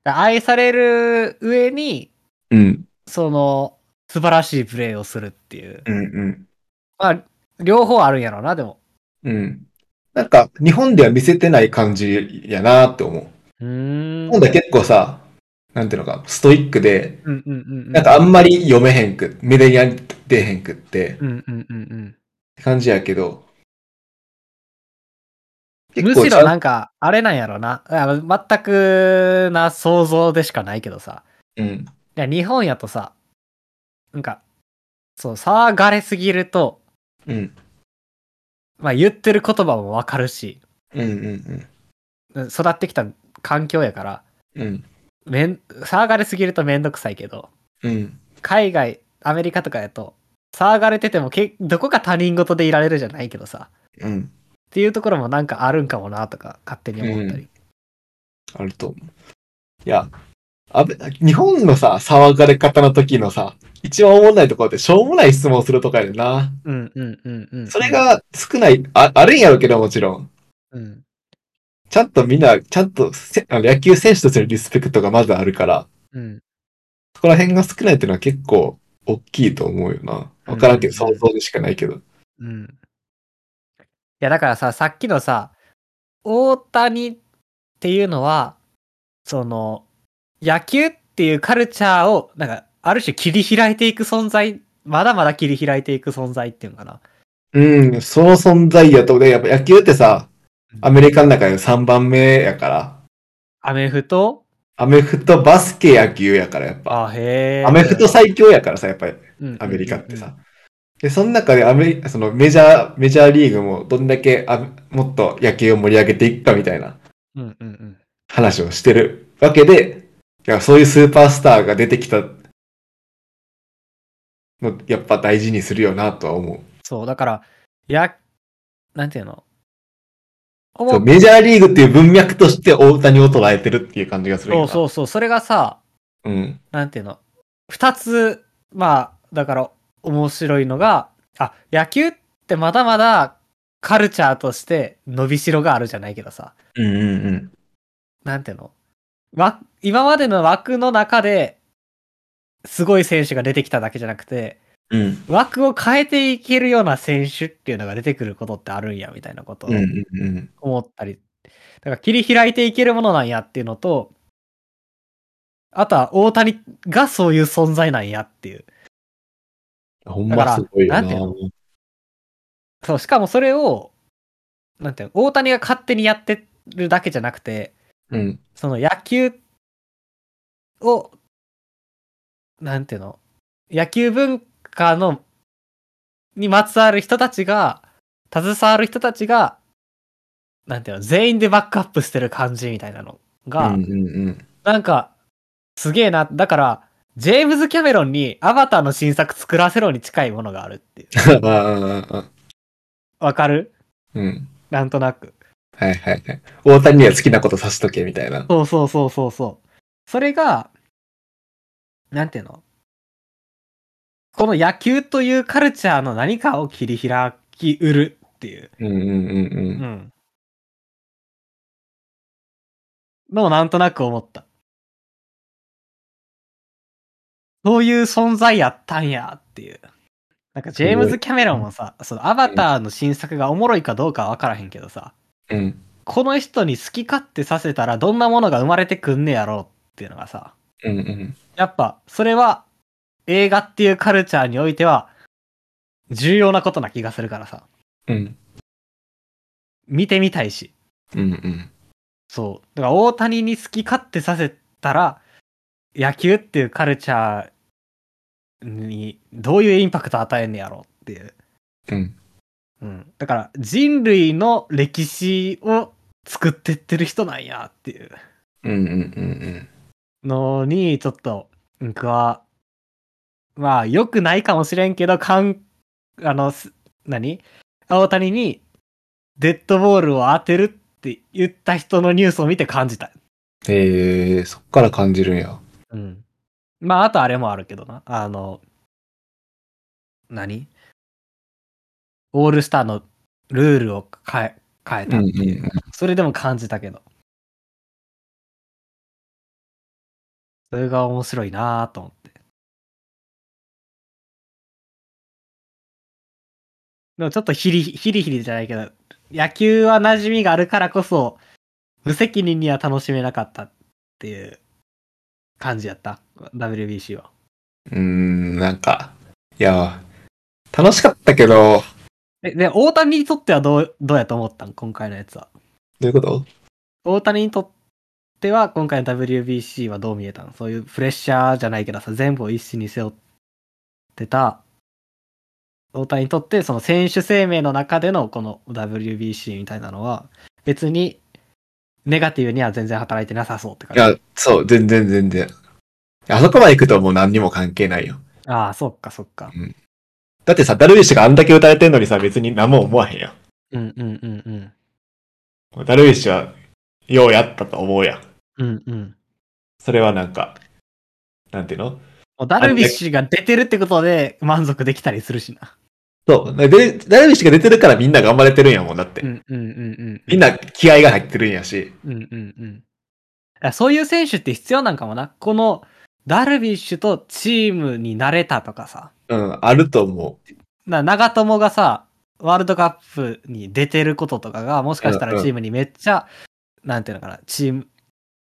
Speaker 1: だ愛される上に、
Speaker 2: うん。
Speaker 1: その、素晴らしいプレーをするっていう。
Speaker 2: うんうん。
Speaker 1: まあ、両方あるんやろうな、でも。
Speaker 2: うん。なんか、日本では見せてない感じやなって思う。
Speaker 1: うーん。
Speaker 2: 日本では結構さ、なんていうのか、ストイックで、
Speaker 1: うんうんうんうん。
Speaker 2: なんかあんまり読めへんく、目でやん出へんくって
Speaker 1: うんうんうんうん。
Speaker 2: 感じやけど。
Speaker 1: むしろ
Speaker 2: ちゃ
Speaker 1: なんんか、あれなんやろな。あの全くな想像でしかないけどさ。
Speaker 2: うん。
Speaker 1: いや、日本やとさ、なんか、そう、騒がれすぎると、
Speaker 2: うん。
Speaker 1: まあ言ってる言葉もわかるし、
Speaker 2: うんうん
Speaker 1: うん育ってきた環境やから、
Speaker 2: うん。うん。
Speaker 1: めん、騒がれすぎるとめんどくさいけど、
Speaker 2: うん。
Speaker 1: 海外、アメリカとかやと、騒がれててもけ、どこか他人事でいられるじゃないけどさ、
Speaker 2: うん。
Speaker 1: っていうところもなんかあるんかもなとか、勝手に思ったり。
Speaker 2: あると思う。いや、あべ日本のさ、騒がれ方の時のさ、一番おもんないところってしょうもない質問するとかやねんな。
Speaker 1: うんうんうんうん。
Speaker 2: それ、が少ない、ああるんやろうけどもちろん。
Speaker 1: うん。
Speaker 2: ちゃんとみんな、ちゃんとせあの野球選手としてのリスペクトがまずあるから、
Speaker 1: うん。
Speaker 2: そこら辺が少ないっていうのは結構大きいと思うよな。わからんけど、
Speaker 1: うん
Speaker 2: 想像でしかないけど。
Speaker 1: うん。いや、だからさ、さっきのさ、大谷っていうのは、その、野球っていうカルチャーを、なんか、ある種切り開いていく存在、まだまだ切り開いていく存在っていうのかな。
Speaker 2: うん、その存在やとね、やっぱ野球ってさ
Speaker 1: うん、
Speaker 2: アメリカの中で3番目やから、
Speaker 1: アメフト
Speaker 2: アメフト、バスケ、野球やから、やっぱ。
Speaker 1: あ、へえ。
Speaker 2: アメフト最強やからさ、やっぱり
Speaker 1: うん
Speaker 2: アメリカってさ。。で、その中でアメリそのメジャー、メジャーリーグもどんだけあもっと野球を盛り上げていくかみたいな
Speaker 1: うんうんうん。
Speaker 2: 話をしてるわけで、いやそういうスーパースターが出てきたの、やっぱ大事にするよなとは思う。
Speaker 1: そう、だから、や、なんていうの
Speaker 2: そ
Speaker 1: 思う
Speaker 2: うメジャーリーグっていう文脈として大谷を捉えてるっていう感じがする。
Speaker 1: そうそううそう、それがさ、
Speaker 2: うん。
Speaker 1: なんていうの二つ、まあ、だから、面白いのが、あ、野球ってまだまだカルチャーとして伸びしろがあるじゃないけどさ、
Speaker 2: うんうんうん。
Speaker 1: なんていうのわ、今までの枠の中で、すごい選手が出てきただけじゃなくて、
Speaker 2: うん。
Speaker 1: 枠を変えていけるような選手っていうのが出てくることってあるんやみたいなことを
Speaker 2: うんうんうん。
Speaker 1: 思ったり、だから切り開いていけるものなんやっていうのとあとは大谷がそういう存在なんやっていう
Speaker 2: ほんますごいよ
Speaker 1: だから
Speaker 2: な
Speaker 1: なんそうしかもそれをなんていうの大谷が勝手にやってるだけじゃなくて
Speaker 2: うん。
Speaker 1: その野球をなんていうの野球文化のにまつわる人たちが携わる人たちがなんていうの全員でバックアップしてる感じみたいなの
Speaker 2: う
Speaker 1: が、
Speaker 2: んうんうん。
Speaker 1: なんか、すげえな。だから、ジェームズ・キャメロンにアバターの新作作らせろに近いものがあるっていう。
Speaker 2: あああああ。
Speaker 1: わかる
Speaker 2: うん。
Speaker 1: なんとなく。
Speaker 2: はいはいはい。大谷には好きなことさしとけみたいな。
Speaker 1: そうそうそうそうそう。それが、なんていうのこの野球というカルチャーの何かを切り開きうるっていう。
Speaker 2: うんうんうんう。
Speaker 1: うんん。のをなんとなく思った。そういう存在やったんやっていう。なんかジェームズ・キャメロンもさ、そのアバターの新作がおもろいかどうかは分からへんけどさ、
Speaker 2: うん。
Speaker 1: この人に好き勝手させたらどんなものが生まれてくんねやろうっていうのがさ、
Speaker 2: うんうん。
Speaker 1: やっぱ、それは映画っていうカルチャーにおいては重要なことな気がするからさ。
Speaker 2: うん。
Speaker 1: 見てみたいし。
Speaker 2: うんうん。
Speaker 1: そう。だから大谷に好き勝手させたら、野球っていうカルチャーにどういうインパクト与えんねやろっていう。
Speaker 2: うん。
Speaker 1: うん。だから人類の歴史を作ってってる人なんやっていう
Speaker 2: うんうんうん
Speaker 1: のに、ちょっと、僕は、まあ良くないかもしれんけど、かん、あの、す何大谷にデッドボールを当てるって言った人のニュースを見て感じた。
Speaker 2: へえー、そっから感じるんや。
Speaker 1: うん。まあ、あとあれもあるけどな。あの、何オールスターのルールを変え、変えたっていう。それでも感じたけど。それが面白いなぁと思って。でもちょっとヒリヒリヒリじゃないけど、野球は馴染みがあるからこそ、無責任には楽しめなかったっていう感じやった。WBC は。
Speaker 2: うーん、なんか、いや、楽しかったけど、
Speaker 1: え、で、大谷にとってはどう、どうやと思ったん今回のやつは。
Speaker 2: どういうこと
Speaker 1: 大谷にとっては今回の WBC はどう見えたのそういうプレッシャーじゃないけどさ全部を一身に背負ってた大谷にとってその選手生命の中でのこの WBC みたいなのは別にネガティブには全然働いてなさそうって
Speaker 2: い
Speaker 1: 感
Speaker 2: や、そう、全然全然。あそこまで行くともう何にも関係ないよ。
Speaker 1: じああそっかそっか
Speaker 2: だってさ、ダルビッシュがあんだけ歌えてんのにさ、別に何も思わへんや
Speaker 1: うんうんうんうん
Speaker 2: ん。ダルビッシュは、ようやったと思うやん。
Speaker 1: うんうん
Speaker 2: それはなんか、なんていうの
Speaker 1: もうダルビッシュが出てるってことで満足できたりするしな
Speaker 2: そう。で、ダルビッシュが出てるからみんな頑張れてるんやもん、だって。
Speaker 1: うんうんうん
Speaker 2: みんな気合が入ってるんやし。
Speaker 1: うんうんうん。あそういう選手って必要なんかもな。この、ダルビッシュとチームになれたとかさ。
Speaker 2: うん、あると思
Speaker 1: な長友がさ、ワールドカップに出てることとかが、もしかした
Speaker 2: うんう
Speaker 1: ら
Speaker 2: ん
Speaker 1: チームにめっちゃ、なんていうのかな、チーム、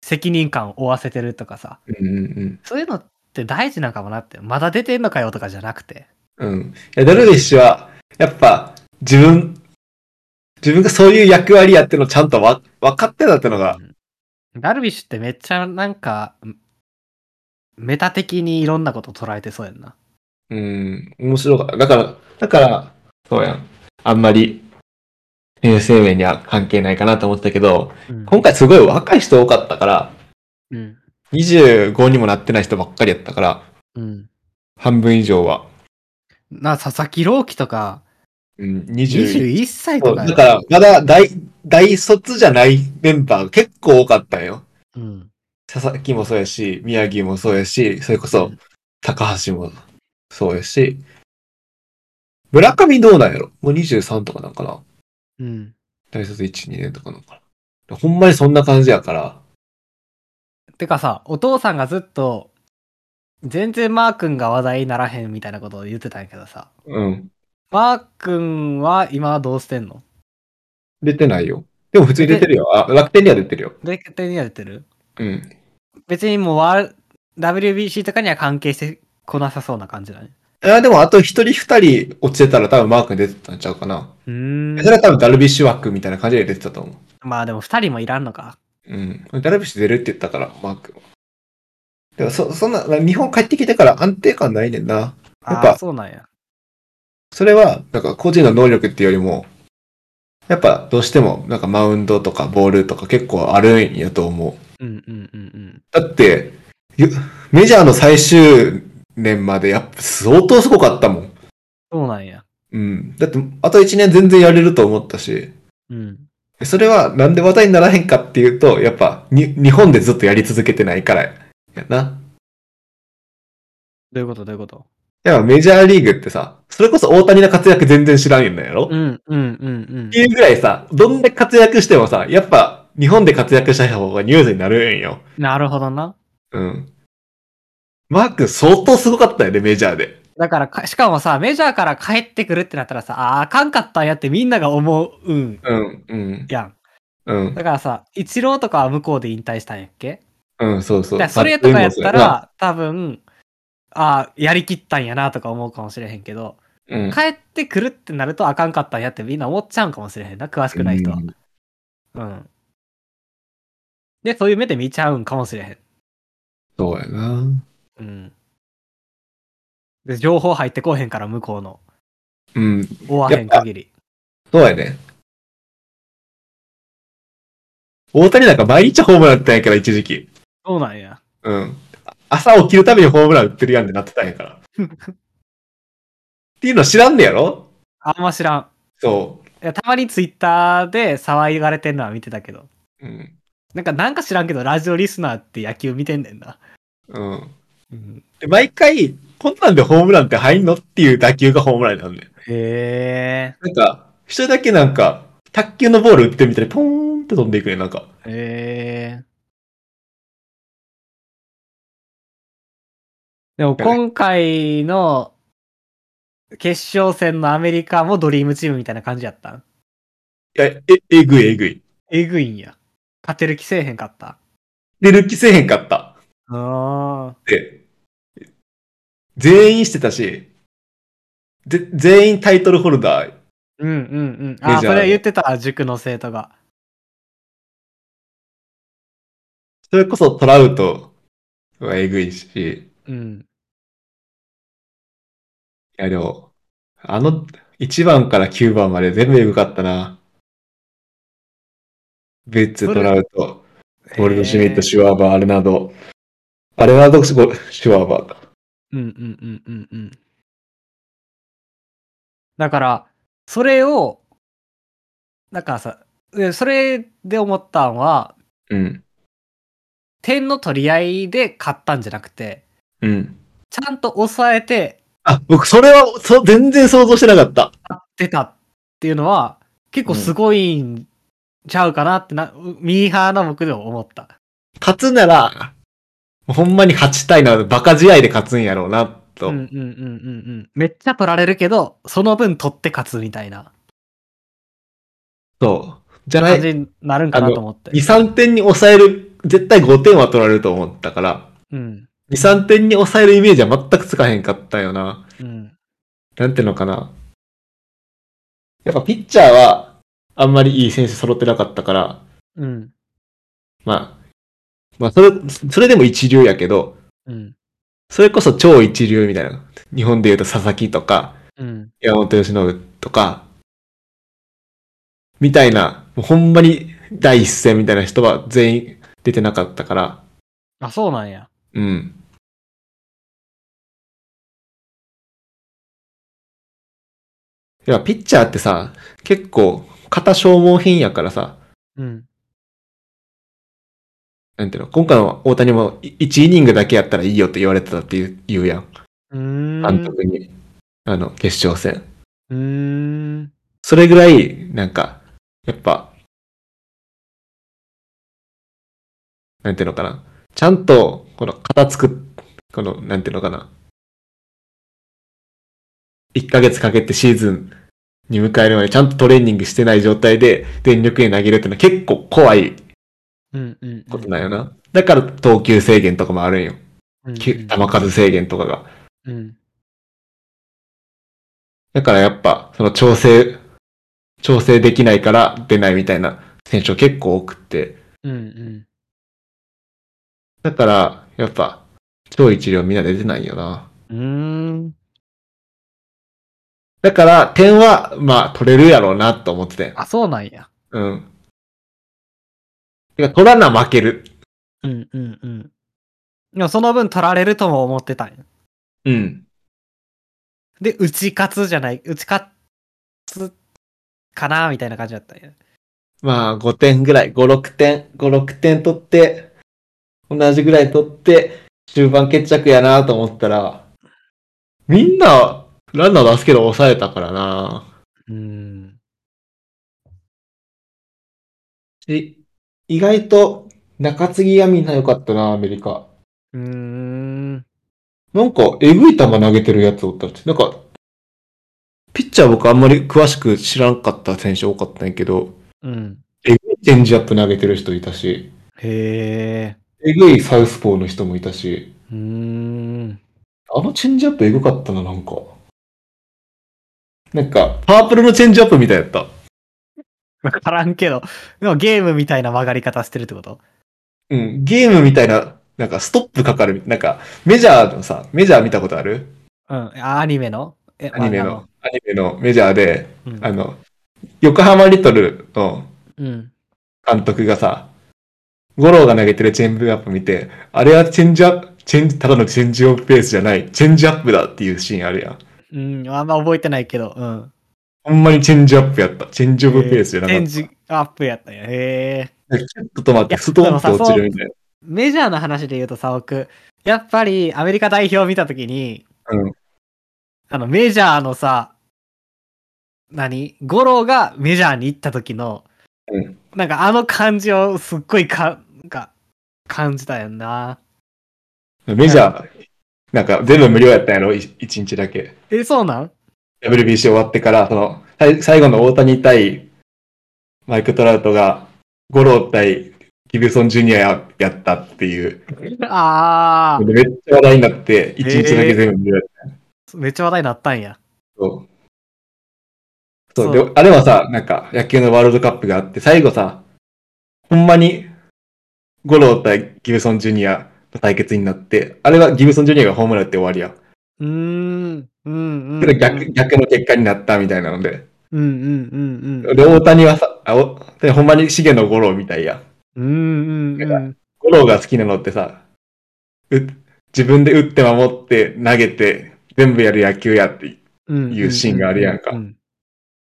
Speaker 1: 責任感を負わせてるとかさ。
Speaker 2: う。うんうん
Speaker 1: そういうのって大事なんかもなって。まだ出てんのかよとかじゃなくて。
Speaker 2: うん。うん。いやダルビッシュは、やっぱ、自分、自分がそういう役割やってのをちゃんとわ分かってたってのが、
Speaker 1: ダルビッシュってめっちゃなんか、メタ的にいろんなこと捉えてそうやんな。
Speaker 2: うん、面白かった。だから、だから、そうやん。あんまり、えー生命には関係ないかなと思ってたけど、
Speaker 1: うん
Speaker 2: 今回すごい若い人多かったから、
Speaker 1: うん。
Speaker 2: 25にもなってない人ばっかりやったから、
Speaker 1: うん。
Speaker 2: 半分以上は。
Speaker 1: な、佐々木朗希とか、
Speaker 2: うん、20。
Speaker 1: 21歳
Speaker 2: そ
Speaker 1: と
Speaker 2: う
Speaker 1: か
Speaker 2: だから、まだ大、大卒じゃないメンバーが結構多かったんよ。
Speaker 1: うん。
Speaker 2: 佐々木もそうやし、宮城もそうやし、それこそ
Speaker 1: うん、
Speaker 2: 高橋もそうやし、村上どうなんやろもう23とかなんかな
Speaker 1: うん。
Speaker 2: 大卒1、2年とかなのかな。ほんまにそんな感じやから。
Speaker 1: てかさ、お父さんがずっと、全然マー君が話題にならへんみたいなことを言ってたんやけどさ。
Speaker 2: うん。
Speaker 1: マー君は今はどうしてんの
Speaker 2: 出てないよ。でも普通に出てるよ。あ、楽天には出てるよ。
Speaker 1: どうやってやってる
Speaker 2: うん。
Speaker 1: 別にもうワー WBC とかには関係してこなさそうな感じだね。
Speaker 2: あでもあと一人二人落ちてたら多分マークに出てたんちゃうかな。
Speaker 1: うー
Speaker 2: それ
Speaker 1: ん。
Speaker 2: は多分ダルビッシュ枠みたいな感じで出てたと思
Speaker 1: まあでも二人もいらんのか。
Speaker 2: う。うん。ダルビッシュ出るって言ったから、マーク。でもそ、そんな、日本帰ってきてから安定感ないねんな。やっぱ
Speaker 1: ああ、そうなんや。
Speaker 2: それは、なんか個人の能力っていうよりも、やっぱどうしても、なんかマウンドとかボールとか結構あるんやと思う。
Speaker 1: うんうんうんうん。
Speaker 2: だって、よメジャーの最終年までやっぱ相当すごかったもん。
Speaker 1: そうなんや。
Speaker 2: うん。だって、あと1年全然やれると思ったし、
Speaker 1: うん。
Speaker 2: それはなんで話題にならへんかっていうと、やっぱに、日本でずっとやり続けてないからやな。
Speaker 1: どういうことどういうこと
Speaker 2: やっぱメジャーリーグってさ、それこそ大谷の活躍全然知らんやんやろ、
Speaker 1: う
Speaker 2: っ
Speaker 1: んうんうん
Speaker 2: ていうぐらいさ、どんだけ活躍してもさ、やっぱ日本で活躍した方がニュースになるんよ。
Speaker 1: うん。なるほどな。
Speaker 2: うん。マー君相当すごかったよね、メジャーで。
Speaker 1: だからか、しかもさ、メジャーから帰ってくるってなったらさ、あーあかんかったんやってみんなが思う、うん、
Speaker 2: うん、うん、
Speaker 1: やん。
Speaker 2: うん。
Speaker 1: だからさ、イチローとかは向こうで引退したんやっけ
Speaker 2: うん、そうそう。
Speaker 1: だからそれとかやった
Speaker 2: あ、
Speaker 1: ら、多分、ああ、やりきったんやなとか思うかもしれへんけど、
Speaker 2: うん、
Speaker 1: 帰ってくるってなるとあかんかったんやってみんな思っちゃうんかもしれへんな、詳しくない人は
Speaker 2: う。ん
Speaker 1: うん。で、そういう目で見ちゃうんかもしれへん。
Speaker 2: そうやな。
Speaker 1: うん。で、情報入ってこうへんから、向こうの。
Speaker 2: うん、
Speaker 1: 追わへん限り。
Speaker 2: そうやね。大谷なんか毎日ホームラン打ってたんやから、一時期。
Speaker 1: そうなんや。
Speaker 2: うん。朝起きるたびにホームラン打ってるやんってなってたん やから。っていうの知らんねやろ
Speaker 1: あんま知らん。
Speaker 2: そ
Speaker 1: いやたまにツイッターで騒がれてんのは見てたけど。
Speaker 2: う。うん。
Speaker 1: なんか、なんか知らんけど、ラジオリスナーって野球見てんねんな。
Speaker 2: うん。
Speaker 1: うん。
Speaker 2: で、毎回、こんなんでホームランって入んのっていう打球がホームランなんだよ。
Speaker 1: へ
Speaker 2: なんか、一人だけなんか、卓球のボール打ってみたいにポーンって飛んでいくね、なんか。
Speaker 1: え。へえ。でも、今回の決勝戦のアメリカもドリームチームみたいな感じやったん
Speaker 2: いや、え、えぐいえぐい。
Speaker 1: えぐいんや。勝てる気せえへんかった。
Speaker 2: で、ルッキせえへんかった。
Speaker 1: ああ。
Speaker 2: で、全員してたし、ぜ、全員タイトルホルダー。
Speaker 1: うんうんうん。あ
Speaker 2: メ
Speaker 1: あ、
Speaker 2: ジ
Speaker 1: そ
Speaker 2: ャーで
Speaker 1: れ言ってた、塾の生徒が。
Speaker 2: それこそトラウトはえぐいし、い
Speaker 1: うん。
Speaker 2: や、でも、あの、1番から9番まで全部えぐかったな。ベッツ、
Speaker 1: それ
Speaker 2: トラウト。ゴールドシュミット、
Speaker 1: へえ
Speaker 2: シュワーバー、アレナード。アレナード、シュワーバーか。
Speaker 1: うんうんうんうんうん。だから、それを、なんかさ、でそれで思ったんは、
Speaker 2: うん。
Speaker 1: 点の取り合いで勝ったんじゃなくて、
Speaker 2: うん。
Speaker 1: ちゃんと抑えて
Speaker 2: あ、僕、それは、そ、全然想像してなかった。
Speaker 1: 出たっていうのは、結構すごいんちゃうかなってな、ミーハーな僕でも思った。
Speaker 2: 勝つなら、ほんまに勝ちたいな、バカ試合で勝つんやろうな、と。
Speaker 1: うんうんうんうんうん。めっちゃ取られるけど、その分取って勝つみたいな
Speaker 2: そう。じゃな
Speaker 1: 感
Speaker 2: い、2、
Speaker 1: じになるんかなと思って。
Speaker 2: 3点に抑える、絶対5点は取られると思ったから、
Speaker 1: うん。
Speaker 2: 2、3点に抑えるイメージは全くつかへんかったよな。
Speaker 1: うん。
Speaker 2: なんていうのかな。やっぱピッチャーは、あんまりいい選手揃ってなかったから、
Speaker 1: うん。
Speaker 2: まあ、まあ、それ、それでも一流やけど、
Speaker 1: うん。
Speaker 2: それこそ超一流みたいな。日本で言うと佐々木とか、
Speaker 1: うん。
Speaker 2: 山本由伸とか、みたいな、もうほんまに第一線みたいな人は全員出てなかったから、
Speaker 1: あ、そうなんや。
Speaker 2: うん。いや、ピッチャーってさ、結構、型消耗品やからさ、
Speaker 1: うん。
Speaker 2: なんていうの、今回の大谷も1イニングだけやったらいいよって言われてたって言う言うやん。
Speaker 1: うーん。
Speaker 2: 監督に、あの、決勝戦。
Speaker 1: うーん。
Speaker 2: それぐらい、なんか、やっぱ、なんていうのかな。ちゃんと、この型作っ、この、なんていうのかな。1ヶ月かけてシーズンに迎えるまでちゃんとトレーニングしてない状態で全力で投げるってのは結構怖い
Speaker 1: うん。うん。うん
Speaker 2: ことなんよな。だから投球制限とかもあるんよ。
Speaker 1: うん
Speaker 2: き球数制限とかが。
Speaker 1: うん。
Speaker 2: だからやっぱ、その調整、調整できないから出ないみたいな選手結構多くて。
Speaker 1: うん。うん。
Speaker 2: だから、やっぱ、超一流みんな出てないよな。
Speaker 1: うーん。
Speaker 2: だから、点は、まあ、取れるやろうなと思ってて。
Speaker 1: あ、そうなんや。
Speaker 2: うん。てか、取らな負ける。
Speaker 1: うん。うん。うん。でもその分取られるとも思ってたんや。
Speaker 2: うん。
Speaker 1: で、打ち勝つじゃない、打ち勝つかなみたいな感じだったんや。
Speaker 2: まあ、5点ぐらい、5、6点、5、6点取って、同じぐらい取って、終盤決着やなと思ったら、みんな、ランナー出すけど抑えたからな
Speaker 1: うん。
Speaker 2: え、意外と中継ぎがみんな良かったな、アメリカ。
Speaker 1: うーん。
Speaker 2: なんか、えぐい球投げてるやつおったって。なんか、ピッチャー僕あんまり詳しく知らんかった選手多かったんやけど、
Speaker 1: うん。
Speaker 2: えぐいチェンジアップ投げてる人いたし、
Speaker 1: へえ。
Speaker 2: えぐいサウスポーの人もいたし、
Speaker 1: うーん。
Speaker 2: あのチェンジアップエグかったな、なんか。なんか、パープルのチェンジアップみたいだった。
Speaker 1: わからんけど。でもゲームみたいな曲がり方してるってこと
Speaker 2: うん、ゲームみたいな、なんかストップかかる、なんか、メジャーのさ、メジャー見たことある
Speaker 1: うん。あアニメのえ
Speaker 2: アニメ
Speaker 1: 漫
Speaker 2: の、アニメのメジャーで、
Speaker 1: 画
Speaker 2: あ
Speaker 1: の。
Speaker 2: の、横浜リトルの
Speaker 1: うん。うん。
Speaker 2: 監督がさ、五郎が投げてるチェンジアップ見て、あれはチェンジアップ、チェンジ、ただのチェンジオブペースじゃない、チェンジアップだっていうシーンあるやん。
Speaker 1: うん、あんま覚えてないけど、うん。
Speaker 2: ほんまにチェンジアップやった。チェンジオブペースじゃなか
Speaker 1: チェ
Speaker 2: っ
Speaker 1: ン
Speaker 2: た。
Speaker 1: ジアップやったんや。へえ。
Speaker 2: なんかキュッと止まって、ストーンと落ちるみたい
Speaker 1: メジャーの話で言うとさ、僕、やっぱりアメリカ代表見たときに、
Speaker 2: な。うん。
Speaker 1: あの、メジャーのさ、何五郎がメジャーに行った時の、
Speaker 2: うん
Speaker 1: なんかあの感じをすっごいか、なんか、感じたよな。
Speaker 2: メジャー、なんか全部無料やったんやろ、い一日だけ。
Speaker 1: え、そうなん
Speaker 2: WBC 終わってから、その、さい最後の大谷対マイク・トラウトが、五郎対ギブソン・ジュニアややったっていう。
Speaker 1: あ
Speaker 2: でめっちゃ話題になって、一日だけ全部無料やった。
Speaker 1: ー、めっちゃ話題になったんや。
Speaker 2: そうそう
Speaker 1: そう
Speaker 2: であれはさ、なんか野球のワールドカップがあって、最後さ、ほんまに五郎対ギブソン・ジュニアの対決になって、あれはギブソン・ジュニアがホームラン打って終わりや。
Speaker 1: うーん、うん、うん。
Speaker 2: それ逆逆の結果になったみたいなので。
Speaker 1: うん、うん、うん、うん。
Speaker 2: で、大谷はさ、あおでほんまに重野五郎みたいや。
Speaker 1: うん、うん、うん。
Speaker 2: 五郎が好きなのってさ、う自分で打って守って投げて全部やる野球やって、
Speaker 1: うん
Speaker 2: いうシーンがあるやんか
Speaker 1: うん。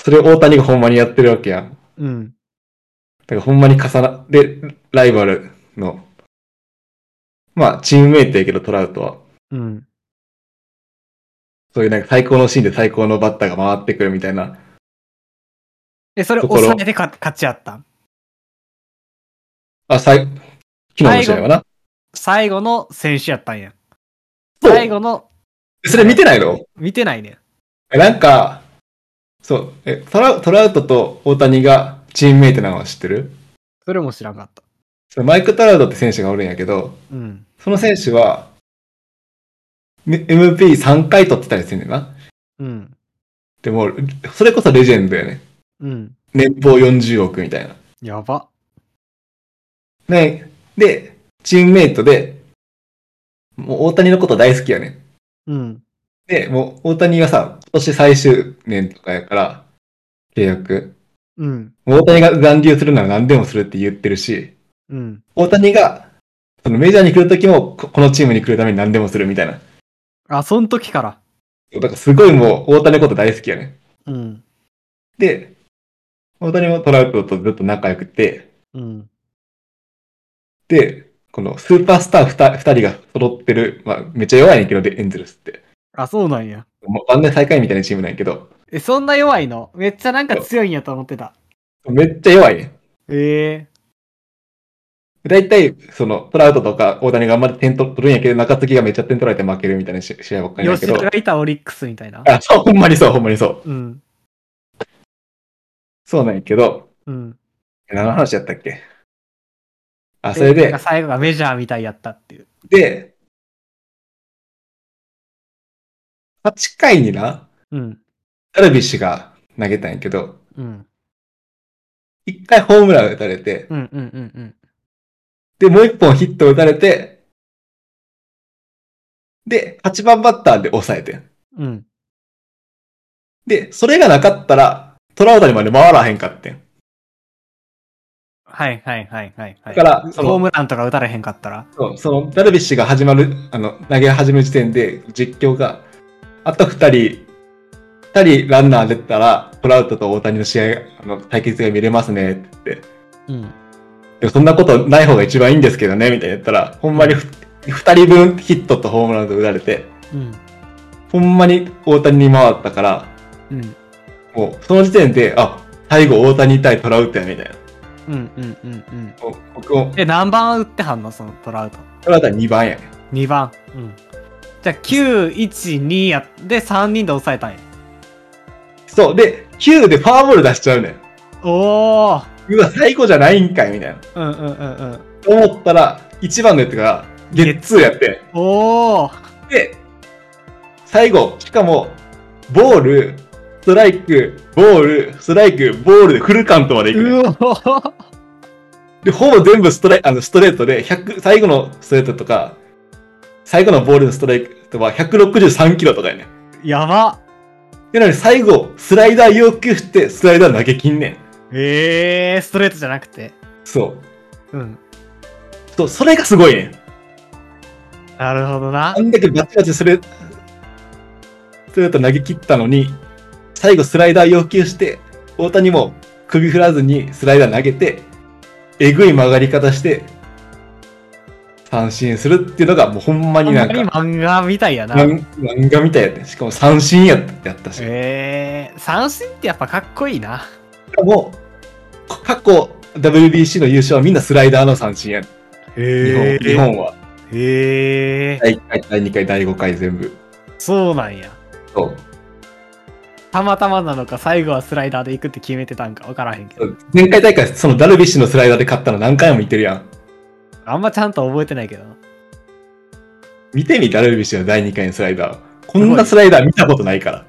Speaker 2: それを大谷がほんまにやってるわけやん。だ
Speaker 1: うん。
Speaker 2: からほんまに重な、で、ライバルの、まあチームメイトやけどトラウトは、
Speaker 1: うん。
Speaker 2: そういうなんか最高のシーンで最高のバッターが回ってくるみたいな。
Speaker 1: え、それ
Speaker 2: ところ
Speaker 1: 抑えてか勝ち合ったん
Speaker 2: あ、最、昨日の試合はな。
Speaker 1: 最後の選手やったんや。
Speaker 2: そう
Speaker 1: 最後の、
Speaker 2: それ見てないの
Speaker 1: 見てないね。
Speaker 2: えなんか、そう、え、トラトラウトと大谷がチームメイトなのは知ってる
Speaker 1: それも知らんかった。
Speaker 2: そのマイク・トラウトって選手がおるんやけど、
Speaker 1: うん。
Speaker 2: その選手は、ね MP3 回取ってたりするんだよな。
Speaker 1: うん。
Speaker 2: でも、それこそレジェンドよね。
Speaker 1: うん。
Speaker 2: 年俸40億みたいな。
Speaker 1: やば。
Speaker 2: ね、で、チームメイトで、もう大谷のこと大好きやね。
Speaker 1: うん。
Speaker 2: で、もう大谷はさ、今年最終年とかやから、契約。
Speaker 1: うん。
Speaker 2: もう大谷が残留するなら何でもするって言ってるし、
Speaker 1: うん。
Speaker 2: 大谷が、そのメジャーに来るときも、ここのチームに来るために何でもするみたいな。
Speaker 1: あ、そん時から。
Speaker 2: だからすごいもう、大谷のこと大好きやね。
Speaker 1: うん。
Speaker 2: で、大谷もトラウトとずっと仲良くて、
Speaker 1: うん。
Speaker 2: で、このスーパースター 2, 人が揃ってる、まあ、めっちゃ弱いねんけど、でエンゼルスって。
Speaker 1: あ、そうなんや。
Speaker 2: もう晩年最下位みたいなチームなんやけど、
Speaker 1: え、そんな弱いのめっちゃなんか強いんやと思ってた。
Speaker 2: めっちゃ弱いねん。
Speaker 1: ええ
Speaker 2: だいたい、その、トラウトとか大谷があんまり点取るんやけど、中継ぎがめっちゃ点取られて負けるみたいなし試合ばっかりやけ
Speaker 1: 吉
Speaker 2: ど
Speaker 1: 田。がいたオリックスみたいな。
Speaker 2: あ、そう、ほんまにそう、ほんまにそう。
Speaker 1: うん。
Speaker 2: そうなんやけど、
Speaker 1: うん。
Speaker 2: 何の話やったっけあ、
Speaker 1: で
Speaker 2: それ
Speaker 1: なん
Speaker 2: で
Speaker 1: か、最後がメジャーみたいやったっていう。
Speaker 2: で、8回にな、
Speaker 1: うん。
Speaker 2: ダルビッシュが投げたんやけど、
Speaker 1: うん。
Speaker 2: 1回ホームラン打たれて、
Speaker 1: うんうんうんうん。
Speaker 2: で、もう1本ヒット打たれて、で、8番バッターで抑えてん。
Speaker 1: うん。
Speaker 2: で、それがなかったら、トラウタにまで回らへんかってん。
Speaker 1: はいはいはいはい、はい。
Speaker 2: だからその
Speaker 1: ホームランとか打たれへんかったら。
Speaker 2: そうその、ダルビッシュが始まる、あの、投げ始める時点で、実況が、あと2人、2人ランナー出たら、トラウトと大谷の試合、あの、対決が見れますね、って言って。
Speaker 1: うん。
Speaker 2: でもそんなことない方が一番いいんですけどね、みたいな言ったら、ほんまにふ二人分ヒットとホームランと打たれて、
Speaker 1: うん。
Speaker 2: ほんまに大谷に回ったから、
Speaker 1: うん。
Speaker 2: もうその時点で、あ、最後大谷対トラウトや、みたいな。
Speaker 1: うんうんうんうん。
Speaker 2: もう僕も、
Speaker 1: え、何番打ってはんのそのトラウト。
Speaker 2: トラウトは2番やね。
Speaker 1: 2番。うん。じゃあ、9、1、2やで3人で抑えたんや。
Speaker 2: そう、で、9でファーボール出しちゃうねん。
Speaker 1: おー。
Speaker 2: うわ、最後じゃないんかい、みたいな。
Speaker 1: うんうんうんうん。
Speaker 2: と思ったら、一番のやつが、ゲッツーやって、
Speaker 1: おお
Speaker 2: で、最後、しかも、ボール、ストライク、ボール、ストライク、ボールでフルカウントまでいく、ね。
Speaker 1: うお
Speaker 2: で、ほぼ全部ストライあのストレートで、100最後のストレートとか、最後のボールのストライクとか、163キロとかやね。
Speaker 1: やば
Speaker 2: で、なのに最後、スライダー要求して、スライダー投げきんねん。
Speaker 1: えー、ストレートじゃなくて。
Speaker 2: そう。
Speaker 1: うん。
Speaker 2: そうそれがすごいねん。
Speaker 1: なるほどな
Speaker 2: あ。んだけバチバチスレストレート投げ切ったのに、最後スライダー要求して、大谷も首振らずにスライダー投げて、えぐい曲がり方して、三振するっていうのがもうほんまになんか、
Speaker 1: 漫画みたいやな。
Speaker 2: 漫漫画みたいやって、しかも三振やったやったし、
Speaker 1: えー、三振ってやっぱかっこいいな。
Speaker 2: しかも、過去 WBC の優勝はみんなスライダーの三振やん、日本
Speaker 1: へ
Speaker 2: 日本は。
Speaker 1: へえー、
Speaker 2: 第1回、第2回、第5回全部。
Speaker 1: そうなんや。
Speaker 2: そう
Speaker 1: たまたまなのか、最後はスライダーで行くって決めてたんか分からへんけど。
Speaker 2: 前回大会、そのダルビッシュのスライダーで勝ったの何回も言ってるやん。
Speaker 1: あんまちゃんと覚えてないけどな。
Speaker 2: 見てみ、ダルビッシュの第2回のスライダー。こんなスライダー見たことないから。